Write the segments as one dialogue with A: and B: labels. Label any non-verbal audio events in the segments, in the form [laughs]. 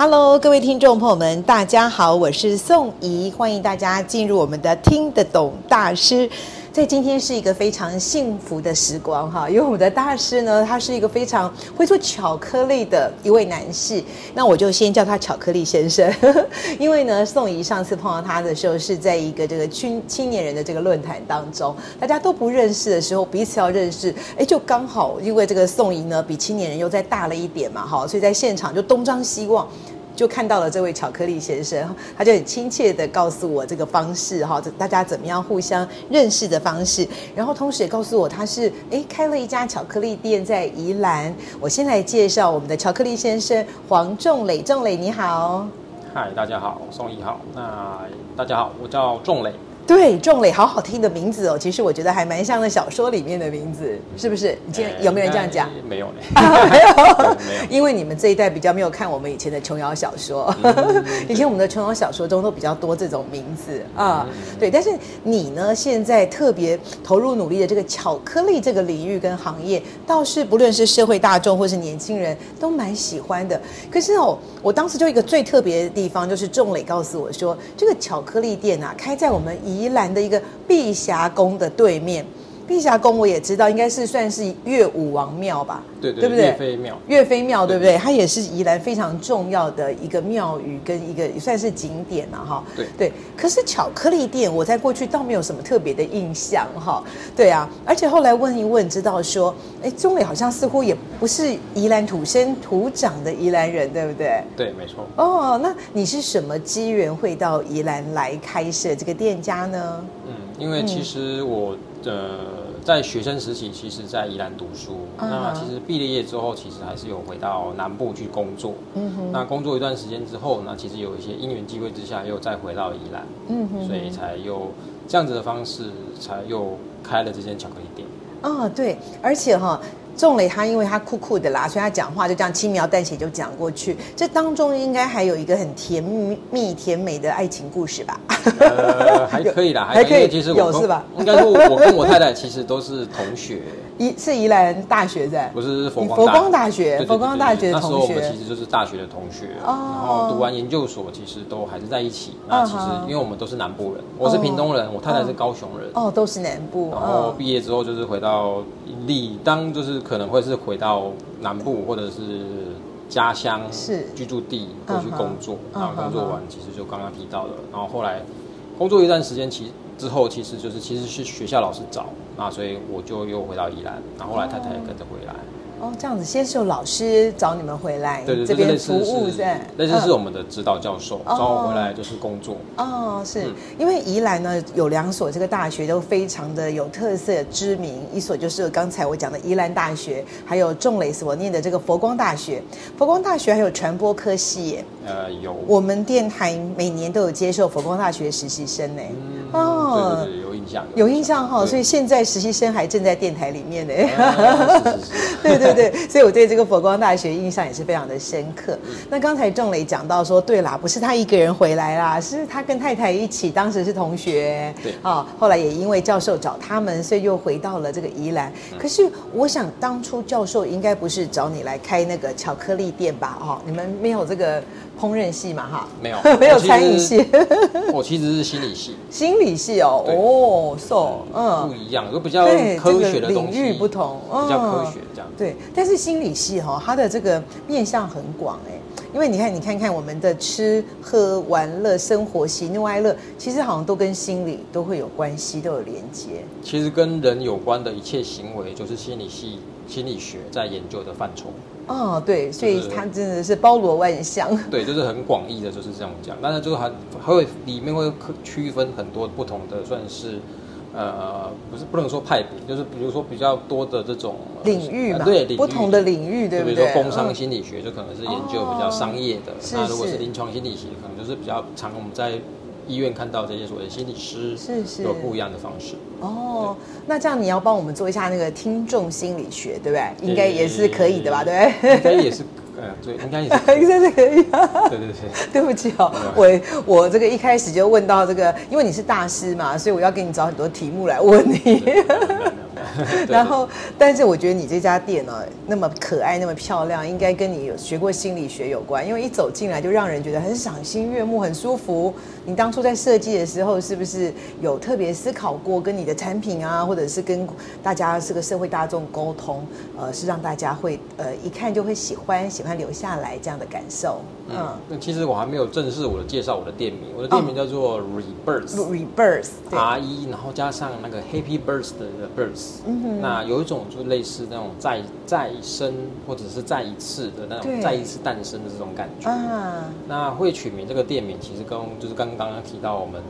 A: Hello，各位听众朋友们，大家好，我是宋怡，欢迎大家进入我们的听得懂大师。在今天是一个非常幸福的时光哈，因为我们的大师呢，他是一个非常会做巧克力的一位男士，那我就先叫他巧克力先生， [laughs] 因为呢，宋怡上次碰到他的时候是在一个这个青青年人的这个论坛当中，大家都不认识的时候，彼此要认识，哎，就刚好因为这个宋怡呢比青年人又再大了一点嘛，哈，所以在现场就东张西望。就看到了这位巧克力先生，他就很亲切的告诉我这个方式哈，大家怎么样互相认识的方式，然后同时也告诉我他是诶开了一家巧克力店在宜兰。我先来介绍我们的巧克力先生黄仲磊，仲磊你好，
B: 嗨，大家好，宋怡好，那大家好，我叫仲磊，
A: 对，仲磊好好听的名字哦，其实我觉得还蛮像那小说里面的名字，是不是？你今天有没有人这样讲？
B: 哎没有嘞，，
A: 啊， [laughs] 没有
B: 没有
A: 因为你们这一代比较没有看我们以前的琼瑶小说， [laughs] 以前我们的琼瑶小说中都比较多这种名字啊，对。但是你呢，现在特别投入努力的这个巧克力这个领域跟行业，倒是不论是社会大众或是年轻人都蛮喜欢的。可是哦，我当时就一个最特别的地方，就是仲磊告诉我说，这个巧克力店啊，开在我们宜兰的一个碧霞宫的对面。碧霞宫我也知道，应该是算是岳武王庙吧，
B: 对对
A: 对不对？
B: 岳飞庙
A: 岳飞庙对不对？
B: 对
A: 它也是宜兰非常重要的一个庙宇跟一个也算是景点了、哈。
B: 对
A: 可是巧克力店，我在过去倒没有什么特别的印象哈。对啊，而且后来问一问，知道说，哎，钟磊好像似乎也不是宜兰土生土长的宜兰人，对不对？
B: 对，没错，
A: 哦，那你是什么机缘会到宜兰来开设这个店家呢？
B: 嗯，因为其实我呃在学生时期，其实在宜兰读书，
A: 嗯
B: 那
A: 哼
B: 其实毕了业之后，其实还是有回到南部去工作，
A: 嗯哼，
B: 那工作一段时间之后，那其实有一些因缘机会之下，又再回到宜兰，
A: 嗯哼，
B: 所以才又这样子的方式，才又开了这间巧克力店。
A: 哦，对，而且哈、仲磊他因为他酷酷的啦，所以他讲话就这样轻描淡写就讲过去。这当中应该还有一个很甜蜜、甜美的爱情故事吧？ [laughs]
B: 呃，还可以啦，
A: 还
B: 还
A: 可以
B: 因为其实
A: 有
B: 我跟
A: 是吧
B: 应该说，我跟我太太其实都是同学，
A: 宜是宜兰大学在，
B: 不是佛
A: 你
B: 光
A: 佛光大
B: 对
A: 学
B: 对，对
A: 佛光大学的
B: 那时候
A: 同
B: 我们
A: 学
B: 其。实就是大学的同学，
A: 哦
B: 然后读完研究所，其实都还是在一起。那其实
A: 嗯哼
B: 因为我们都是南部人，我是屏东人，我太太是高雄人。
A: 哦，都是南部，
B: 然后
A: 嗯
B: 毕业之后就是回到，理当就是可能会是回到南部或者是家乡
A: 是
B: 居住地
A: 嗯
B: 或
A: 哼
B: 去工作，
A: 嗯
B: 然后工作
A: 哼
B: 完其实就刚刚提到的，然后后来工作一段时间其之后，其实就是其实是学校老师找，那所以我就又回到宜兰，然后后来太太也跟着回来，
A: 哦，这样子，先是有老师找你们回来，
B: 对对，
A: 这
B: 就是
A: 边
B: 类
A: 服
B: 似
A: 务
B: 是
A: 在，
B: 类似
A: 嗯
B: 是我们的指导教授找我回来就是工作，
A: 哦，是、
B: 嗯
A: 因为宜兰呢有两所这个大学都非常的有特色、知名，一所就是刚才我讲的宜兰大学，还有仲磊所念的这个佛光大学。佛光大学还有传播科系耶，
B: 呃，有
A: 我们电台每年都有接受佛光大学实习生呢。
B: 嗯
A: 哦
B: 对对对，有印象，
A: 有印象哈、
B: 对
A: 所以现在实习生还正在电台里面呢。
B: 啊是是
A: [laughs]
B: 是。 [laughs]
A: 对对对，所以我对这个佛光大学印象也是非常的深刻。
B: 嗯
A: 那刚才仲磊讲到说，对啦，不是他一个人回来啦，是他跟太太一起，当时是同学，
B: 对
A: 啊、后来也因为教授找他们，所以又回到了这个宜兰。
B: 嗯
A: 可是我想，当初教授应该不是找你来开那个巧克力店吧？哦，你们没有这个烹饪系嘛？哈，
B: 没有
A: [laughs] 没有餐饮系，
B: [laughs] 我其实是心理系，
A: 心理系哦，
B: 对
A: 哦，so，
B: 不一样，就比较
A: 对
B: 科
A: 这
B: 学
A: 个
B: 的东西，
A: 领域不同
B: 比较
A: 嗯
B: 科学这样。
A: 对，但是心理系哈、它的这个面向很广哎，因为你看，你看看我们的吃喝玩乐、生活、喜怒哀乐，其实好像都跟心理都会有关系，都有连接。
B: 其实跟人有关的一切行为，就是心理系心理学在研究的范畴。
A: 哦，对，所以
B: 就是
A: 它真的是包罗万象。
B: 对，就是很广义的，就是这样讲。但是就是还还会里面会区分很多不同的，算是呃，不是不能说派别，就是比如说比较多的这种呃
A: 领域嘛，
B: 呃对领域
A: 不同的领域，对
B: 就
A: 不
B: 比
A: 对？
B: 如说工商
A: 嗯
B: 心理学，就可能是研究比较商业的；
A: 是
B: 那如果
A: 是
B: 是临床心理学，可能就是比较常我们在医院看到这些所谓的心理师，
A: 是是
B: 有不一样的方式。
A: 哦，那这样你要帮我们做一下那个听众心理学，对不对？应该也是
B: 诶
A: 可以的吧，对不
B: 应该
A: [laughs]
B: 也是，呃，对，应该也是可
A: 对？
B: 以，
A: 这是可以啊。
B: 对对对。
A: [laughs] 对不起哦，我我这个一开始就问到这个，因为你是大师嘛，所以我要给你找很多题目来问
B: [laughs]
A: 你。然后，但是我觉得你这家店呢、那么可爱，那么漂亮，应该跟你有学过心理学有关，因为一走进来就让人觉得很赏心悦目、很舒服。你当初在设计的时候，是不是有特别思考过跟你的产品啊，或者是跟大家这个社会大众沟通，呃，是让大家会呃一看就会喜欢，喜欢留下来这样的感受？嗯哦
B: 嗯，那其实我还没有正式我的介绍我的店名，我的店名叫做 Rebirth。
A: ，rebirth，对，
B: R 一，然后加上那个 Happy Birth 的 Birth，、那
A: 嗯
B: 有一种就类似那种再再生或者是再一次的那
A: 对
B: 种再一次诞生的这种感觉。
A: 啊，
B: 那会取名这个店名，其实跟就是刚刚刚提到我们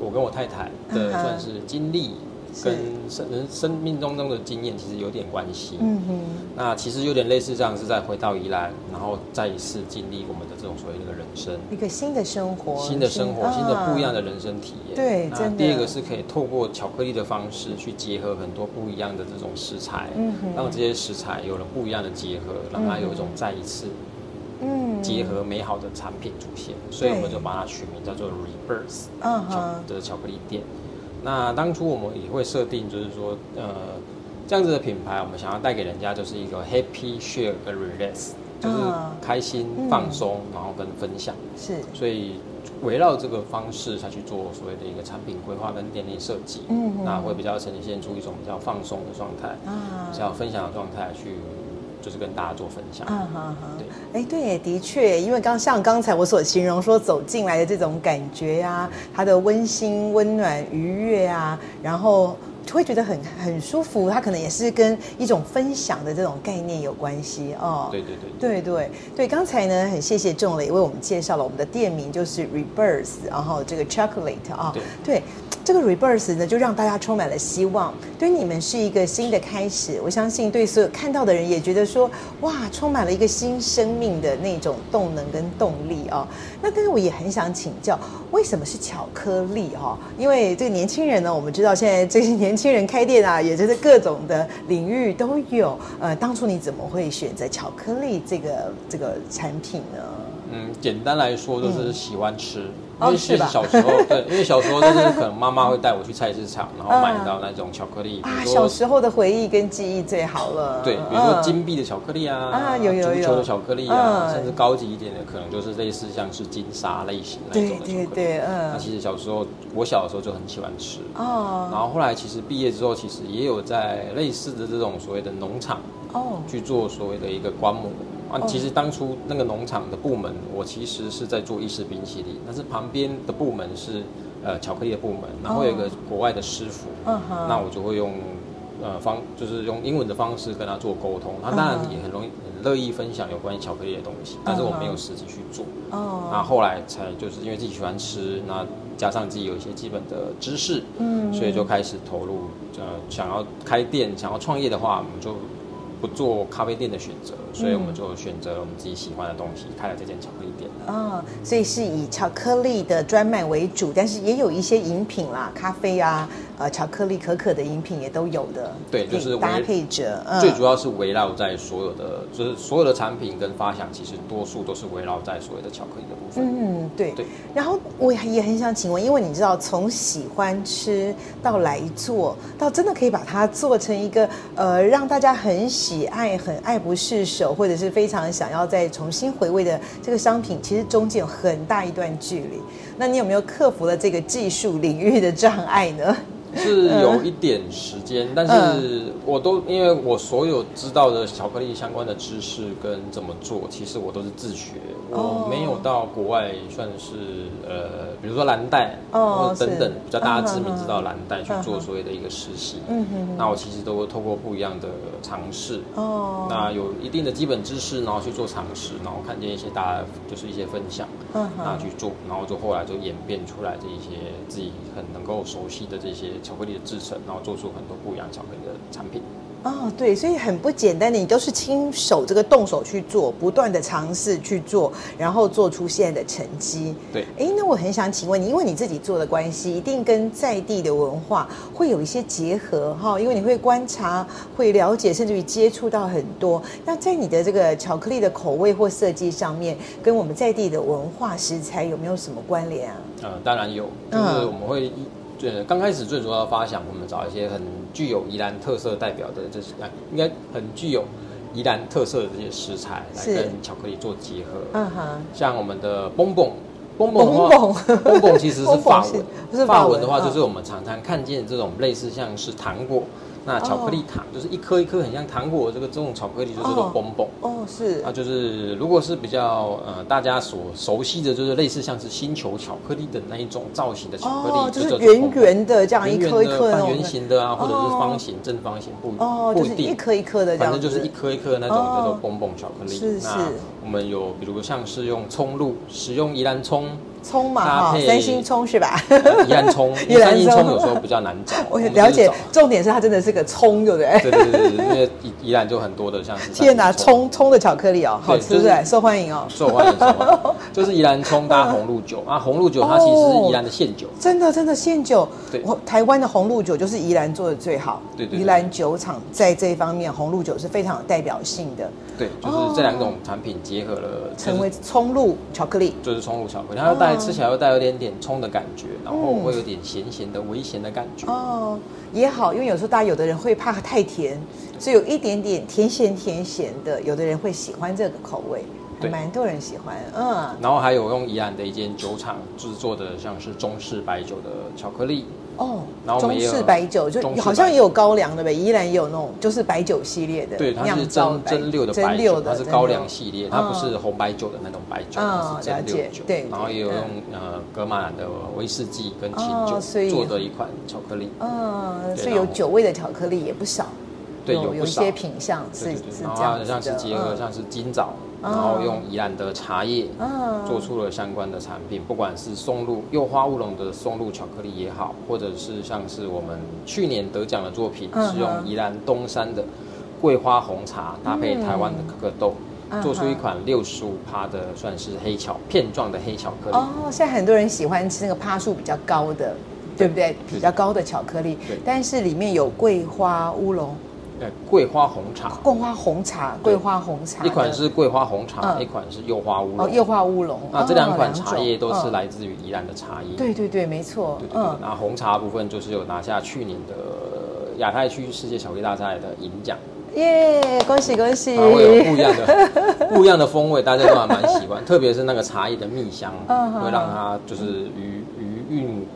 B: 我跟我太太的
A: 嗯哼
B: 算是经历
A: 是
B: 跟生人生命中中的经验，其实有点关系。
A: 嗯哼，
B: 那其实有点类似这样，是再回到宜兰，然后再一次经历我们的这种所谓的人生。
A: 一个新的生活，啊
B: 新的生活，新的不一样
A: 的，
B: 的人生体验。
A: 对
B: 那
A: 真的
B: 第二个是可以透过巧克力的方式去结合很多不一样的这种食材，
A: 嗯哼
B: 让这些食材有了不一样的结合，让它有一种再一次
A: 嗯
B: 结合美好的产品出现。所以我们就把它取名叫做 Rebirth
A: 嗯
B: 巧
A: 哼，
B: 的巧克力店。那当初我们也会设定，就是说，呃，这样子的品牌，我们想要带给人家就是一个 happy share 跟 release，就是
A: 啊
B: 开心、
A: 嗯
B: 放松，然后跟分享。
A: 是，
B: 所以围绕这个方式下去做所谓的一个产品规划跟店内设计，
A: 嗯嗯
B: 那会比较呈现出一种比较放松的状态，
A: 啊
B: 比较分享的状态去，就是跟大家做分享。
A: 啊哈哈
B: 对，
A: 哎，对，的确，因为刚像刚才我所形容说走进来的这种感觉呀、它的温馨、温暖、愉悦啊，然后就会觉得很很舒服。它可能也是跟一种分享的这种概念有关系哦。
B: 对对对，
A: 对对对，刚才呢，很谢谢仲磊为我们介绍了我们的店名就是 Rebirth，然后这个 Chocolate 啊，
B: 对
A: 这个 Rebirth 呢，就让大家充满了希望，对你们是一个新的开始。我相信对所有看到的人也觉得说，哇，充满了一个新生命的那种动能跟动力哦。那但是我也很想请教，为什么是巧克力哦？因为这个年轻人呢，我们知道现在这些年轻人开店啊，也就是各种的领域都有。呃，当初你怎么会选择巧克力这个这个产品呢？
B: 嗯，简单来说就是喜欢吃。
A: 哦
B: 因为
A: 是
B: 其实
A: 吧
B: 小时候，对，因为小时候就是可能妈妈会带我去菜
A: [laughs]
B: 市场，然后买
A: 嗯
B: 到那种巧克力，比
A: 啊，
B: 如
A: 小
B: 说
A: 时候的回忆跟记忆最好了。
B: 对，比如说
A: 嗯
B: 金币的巧克力啊，
A: 啊有有
B: 足
A: 有
B: 球的巧克力啊，
A: 嗯
B: 甚至高级一点的，可能就是类似像是金沙类型那一
A: 对
B: 种的巧克
A: 对
B: 力。
A: 对，
B: 那
A: 嗯，
B: 其实小时候，我小的时候就很喜欢吃。然
A: 哦
B: 后后来其实毕业之后，其实也有在类似的这种所谓的农场
A: 哦，
B: 去做所谓的一个观摩。啊，其实当初那个农场的部门，我其实是在做意式冰淇淋，但是旁边的部门是呃巧克力的部门，然后有一个国外的师傅，
A: 哦嗯哼，
B: 那我就会用呃方就是用英文的方式跟他做沟通。他
A: 嗯
B: 当然也很容易很乐意分享有关于巧克力的东西，但是我
A: 嗯
B: 没有实际去做。
A: 哦，
B: 那后来才就是因为自己喜欢吃，那加上自己有一些基本的知识，
A: 嗯
B: 所以就开始投入。呃，想要开店、想要创业的话，我们就不做咖啡店的选择，
A: 嗯
B: 所以我们就选择我们自己喜欢的东西，开了这间巧克力店。
A: 哦，所以是以巧克力的专卖为主，但是也有一些饮品啦，咖啡啊，呃，巧克力、可可的饮品也都有的。
B: 对
A: 可以
B: 就是
A: 搭
B: 围
A: 配着。嗯
B: 最主要是围绕在所有的，就是所有的产品跟发想，其实多数都是围绕在所谓的巧克力的部分。
A: 嗯，对。
B: 对
A: 然后我也很想请问，因为你知道，从喜欢吃到来做，到真的可以把它做成一个呃，让大家很喜爱、很爱不释手，或者是非常想要再重新回味的这个商品，其实中间有很大一段距离。那你有没有克服了这个技术领域的障碍呢？
B: 是有一点时间，但
A: 嗯
B: 是我都因为我所有知道的巧克力相关的知识跟怎么做，其实我都是自学，
A: 哦
B: 我没有到国外算是呃，比如说蓝带
A: 哦
B: 或者等等
A: 是
B: 比较大家知
A: 嗯
B: 名
A: 哼
B: 知道的蓝带去
A: 嗯
B: 做
A: 哼
B: 所谓的一个实习。
A: 嗯哼，
B: 那我其实都会透过不一样的尝试，
A: 哦，
B: 那有一定的基本知识，然后去做尝试，然后看见一些大家就是一些分享，
A: 嗯哼
B: 那去做，然后就后来就演变出来这一些自己很能够熟悉的这些巧克力的制成，然后做出很多不一样巧克力的产品。
A: 哦，对，所以很不简单的，你都是亲手这个动手去做，不断的尝试去做，然后做出现在的成绩。
B: 对，
A: 哎，那我很想请问你，因为你自己做的关系，一定跟在地的文化会有一些结合哈，因为你会观察、会了解，甚至于接触到很多。那在你的这个巧克力的口味或设计上面，跟我们在地的文化食材有没有什么关联啊？
B: 呃，当然有，
A: 嗯
B: 就是我们会依最刚开始最主要的发想，我们找一些很具有宜兰特色代表的这些，啊应该很具有宜兰特色的这些食材来
A: 是
B: 跟巧克力做结合。
A: 嗯哼，
B: 像我们的蹦蹦，蹦蹦的话，
A: 哦蹦蹦
B: 蹦蹦其实是法
A: [laughs]
B: 文
A: 蹦蹦是是，法
B: 法
A: 文
B: 文的话
A: 嗯
B: 就是我们常常看见这种类似像是糖果，那巧克力糖就是一颗一颗很像糖果的这个这种巧克力就是这
A: 哦
B: 种蹦蹦。
A: 哦，是
B: 那，就是如果是比较呃大家所熟悉的就是类似像是星球巧克力的那一种造型的巧克力，
A: 哦，就是
B: 这种
A: 圆圆的这样一
B: 圆圆
A: 颗一颗
B: 的
A: 那
B: 半
A: 种
B: 圆。形的啊，或者
A: 哦
B: 是方形、正方形，不
A: 哦，
B: 不
A: 就
B: 一
A: 是一
B: 定。
A: 颗一颗的这
B: 反
A: 样
B: 正
A: 子，
B: 就是一颗一颗的那种
A: 哦
B: 叫做蹦蹦巧克力。
A: 是
B: 那
A: 是
B: 我们有比如像是用葱露，使用宜
A: [laughs]
B: 兰葱、
A: 葱嘛
B: 搭
A: 哈，
B: 配
A: 三星葱是
B: [laughs]
A: 吧？
B: 呃宜兰葱、
A: 宜兰
B: 三叶
A: 葱
B: 葱有时候比较难找
A: [laughs] ，我
B: 们
A: 了
B: 就是
A: 解
B: 找，
A: 重点是它真的是个葱，对不对？
B: 对对对对对，因为宜宜兰就很多的像是
A: [laughs]
B: 三
A: 天
B: 叶
A: 哪，葱葱的巧克力哦，好
B: 对
A: 吃对不
B: 就是
A: 对？受欢迎哦，
B: 受欢迎，受欢
A: [laughs]
B: 迎就是宜兰葱搭红露酒啊，红露酒它其实
A: 哦
B: 是宜兰的现酒。
A: 真的真的现酒
B: 对，
A: 我台湾的红露酒就是宜兰做的最好，
B: 对对对
A: 宜兰酒厂在这一方面红露酒是非常有代表性的，
B: 对，就是这两种产品结合了，
A: 哦成为哦葱露巧克力。
B: 就是葱入巧克力，它又带吃起来又带有点点葱的感觉，然后会有点咸咸的、微咸的感觉。
A: 哦，也好，因为有时候大家有的人会怕太甜，所以有一点点甜咸甜咸的，有的人会喜欢这个口味，还
B: 对
A: 蛮多人喜欢。嗯，
B: 然后还有用宜兰的一间酒厂制作的像是中式白酒的巧克力，
A: 哦
B: 然，后我
A: 中
B: 们也有
A: 式白酒就
B: 中式白
A: 好像也有高粱的呗，依然也有那种就是白酒系列的
B: 对，它
A: 酿
B: 是
A: 造
B: 蒸
A: 白
B: 蒸馏的白
A: 蒸馏
B: 酒，它是
A: 蒸馏
B: 高粱系列，它不
A: 嗯
B: 是红白酒的那种白酒，
A: 嗯
B: 它是蒸
A: 了解
B: 馏酒
A: 对。
B: 然后也有
A: 对
B: 用呃格马兰的威士忌跟清
A: 哦所以
B: 酒做的一款巧克力，
A: 嗯，
B: 对
A: 所以
B: 然
A: 有
B: 后
A: 酒味的巧克力也不少，
B: 对，
A: 有
B: 不
A: 一
B: 少
A: 些。品相是
B: 对对
A: 是
B: 对，
A: 这
B: 然
A: 样
B: 后啊
A: 子
B: 它像是
A: 的
B: 结合
A: 嗯
B: 像是金枣，
A: 嗯
B: 然后用宜兰的茶叶，
A: 嗯
B: 做出了相关的产品，不管是松露柚花乌龙的松露巧克力也好，或者是像是我们去年得奖的作品
A: 嗯哼
B: 是用宜兰东山的桂花红茶搭配台湾的可可豆
A: 嗯哼，
B: 做出一款六十五趴的算是黑巧片状的黑巧克力。
A: 哦，现在很多人喜欢吃那个趴数比较高的，对不对？比较高的巧克力
B: 对，
A: 但是里面有桂花乌龙、哦
B: 对，呃桂花红茶，
A: 桂花红茶、
B: 对
A: 桂花红茶的，
B: 一款是桂花红茶，
A: 嗯
B: 一款是柚花乌
A: 哦
B: 龙。
A: 柚花乌龙，
B: 那这两款
A: 哦
B: 茶叶都是。
A: 两种
B: 来自于宜兰的茶叶
A: 嗯。对对嗯对，没错
B: 对，对对，那红茶部分就是有拿下去年的亚太区世界巧克力大赛的银奖，
A: 耶，恭喜恭喜
B: 它！会啊有
A: [laughs]
B: 不一样的不一样的风味，大家都还蛮喜欢，特别是那个茶叶的蜜香，
A: 嗯
B: 会让它就是余余韵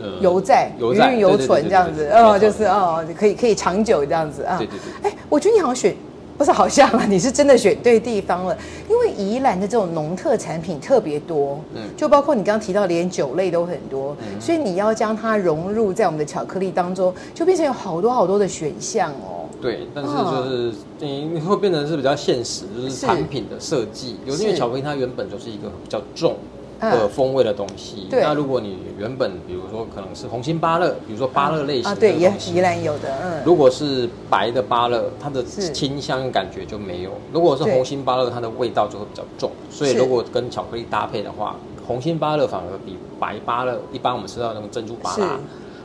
B: 呃
A: 犹在，
B: 犹
A: 余
B: 在
A: 韵犹存这样子，哦，就是，哦，可以可以长久这样子啊。
B: 对对对对对对对对对对。
A: 哎，我觉得你好像选不是好像啊， [laughs] 你是真的选对地方了，因为宜兰的这种农特产品特别多，嗯
B: 嗯，
A: 就包括你刚刚提到，连酒类都很多，所以你要将它融入在我们的巧克力当中，就变成有好多好多的选项哦。
B: 对，但是就是你会变成是比较现实，就是
A: 是
B: 产品的设计，有因为
A: 是
B: 巧克力它原本就是一个比较重
A: 嗯
B: 的风味的东西。
A: 对
B: 那如果你原本比如说可能是红心芭乐，比如说芭乐类型
A: 啊，
B: 的
A: 对，也
B: 东西
A: 宜兰有的，嗯，
B: 如果是白的芭乐，它的
A: 是
B: 清香感觉就没有；如果是
A: 对
B: 红心芭乐，它的味道就会比较重。所以
A: 是
B: 如果跟巧克力搭配的话，红心芭乐反而比白芭乐，一般我们吃到的那种珍珠芭
A: 是
B: 乐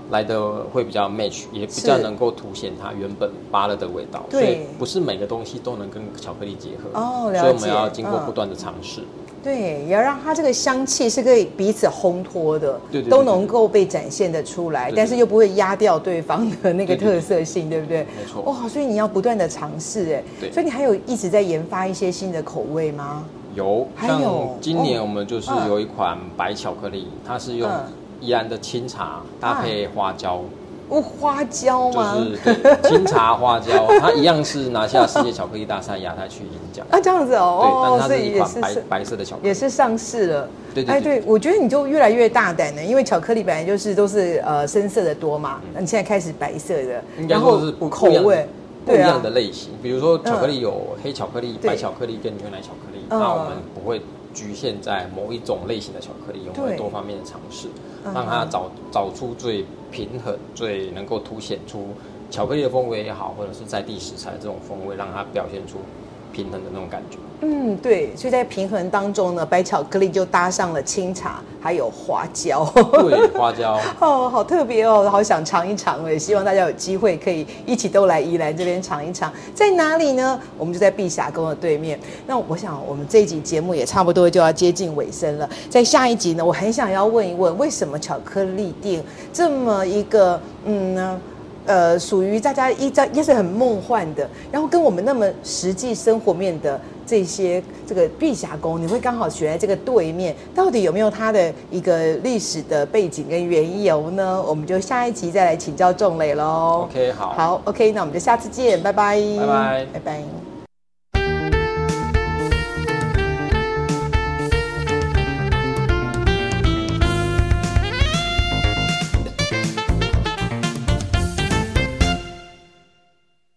B: 来的会比较 match，也比
A: 是
B: 较能够凸显它原本芭乐的味道。
A: 对
B: 所以不是每个东西都能跟巧克力结合。
A: 哦了
B: 所以我们要
A: 解
B: 经过
A: 嗯
B: 不断的尝试。
A: 对，也要让它这个香气是可以彼此烘托的，
B: 对对对
A: 都能够被展现的出来，
B: 对对
A: 但是又不会压掉对方的那个
B: 对对
A: 特
B: 对
A: 色性，对不对？
B: 没错
A: 哇，所以你要不断的尝试，哎，
B: 对
A: 所以你还有一直在研发一些新的口味吗？
B: 有，
A: 还
B: 像
A: 有
B: 今年
A: 哦
B: 我们就是
A: 嗯
B: 有一款白巧克力，它是用
A: 嗯啊
B: 宜兰的清茶搭配花椒。
A: 哦，花椒
B: 就
A: 吗？。
B: 是对清茶花椒，它一样是拿下世界巧克力大赛亚太区银奖
A: 啊，这样子哦，
B: 对，但
A: 哦，
B: 它
A: 所
B: 是
A: 以
B: 一
A: 也
B: 款
A: 是
B: 白
A: 是
B: 白色的巧克
A: 也
B: 力。
A: 是上市了。
B: 对对
A: 哎，
B: 对
A: 对，我觉得你就越来越大胆了，因为巧克力本来就是都是呃深色的多嘛，那你现在开始白色的，
B: 嗯应该
A: 然
B: 说
A: 后
B: 是不
A: 口
B: 不一样
A: 味啊嗯
B: 的，不一样的类型。比如说巧克力有黑巧克力、
A: 对
B: 白巧克力跟牛奶巧克力，
A: 嗯
B: 那我们不会局限在某一种类型的巧克力，我们
A: 对
B: 会多方面的尝试，
A: 嗯
B: 让它
A: 哼
B: 找找出最平衡、最能够凸显出巧克力的风味也好，或者是在地食材这种风味，让它表现出平衡的那种感
A: [laughs]
B: 觉。
A: 嗯，对，所以在平衡当中呢，白巧克力就搭上了清茶，还有花椒。 [laughs]
B: 对，花椒。
A: 哦，好特别哦，好想尝一尝哦，也希望大家有机会可以一起都来宜兰这边尝一尝，在哪里呢？我们就在碧霞宫的对面。那我想我们这一集节目也差不多就要接近尾声了，在下一集呢，我很想要问一问，为什么巧克力店这么一个嗯呢？呃，属于大家一在也是很梦幻的，然后跟我们那么实际生活面的这些这个碧霞宫，你会刚好选在这个对面，到底有没有它的一个历史的背景跟缘由呢？我们就下一集再来请教仲磊喽。
B: OK，好。
A: 好，OK，那我们就下次见，拜拜，
B: 拜拜
A: 拜拜。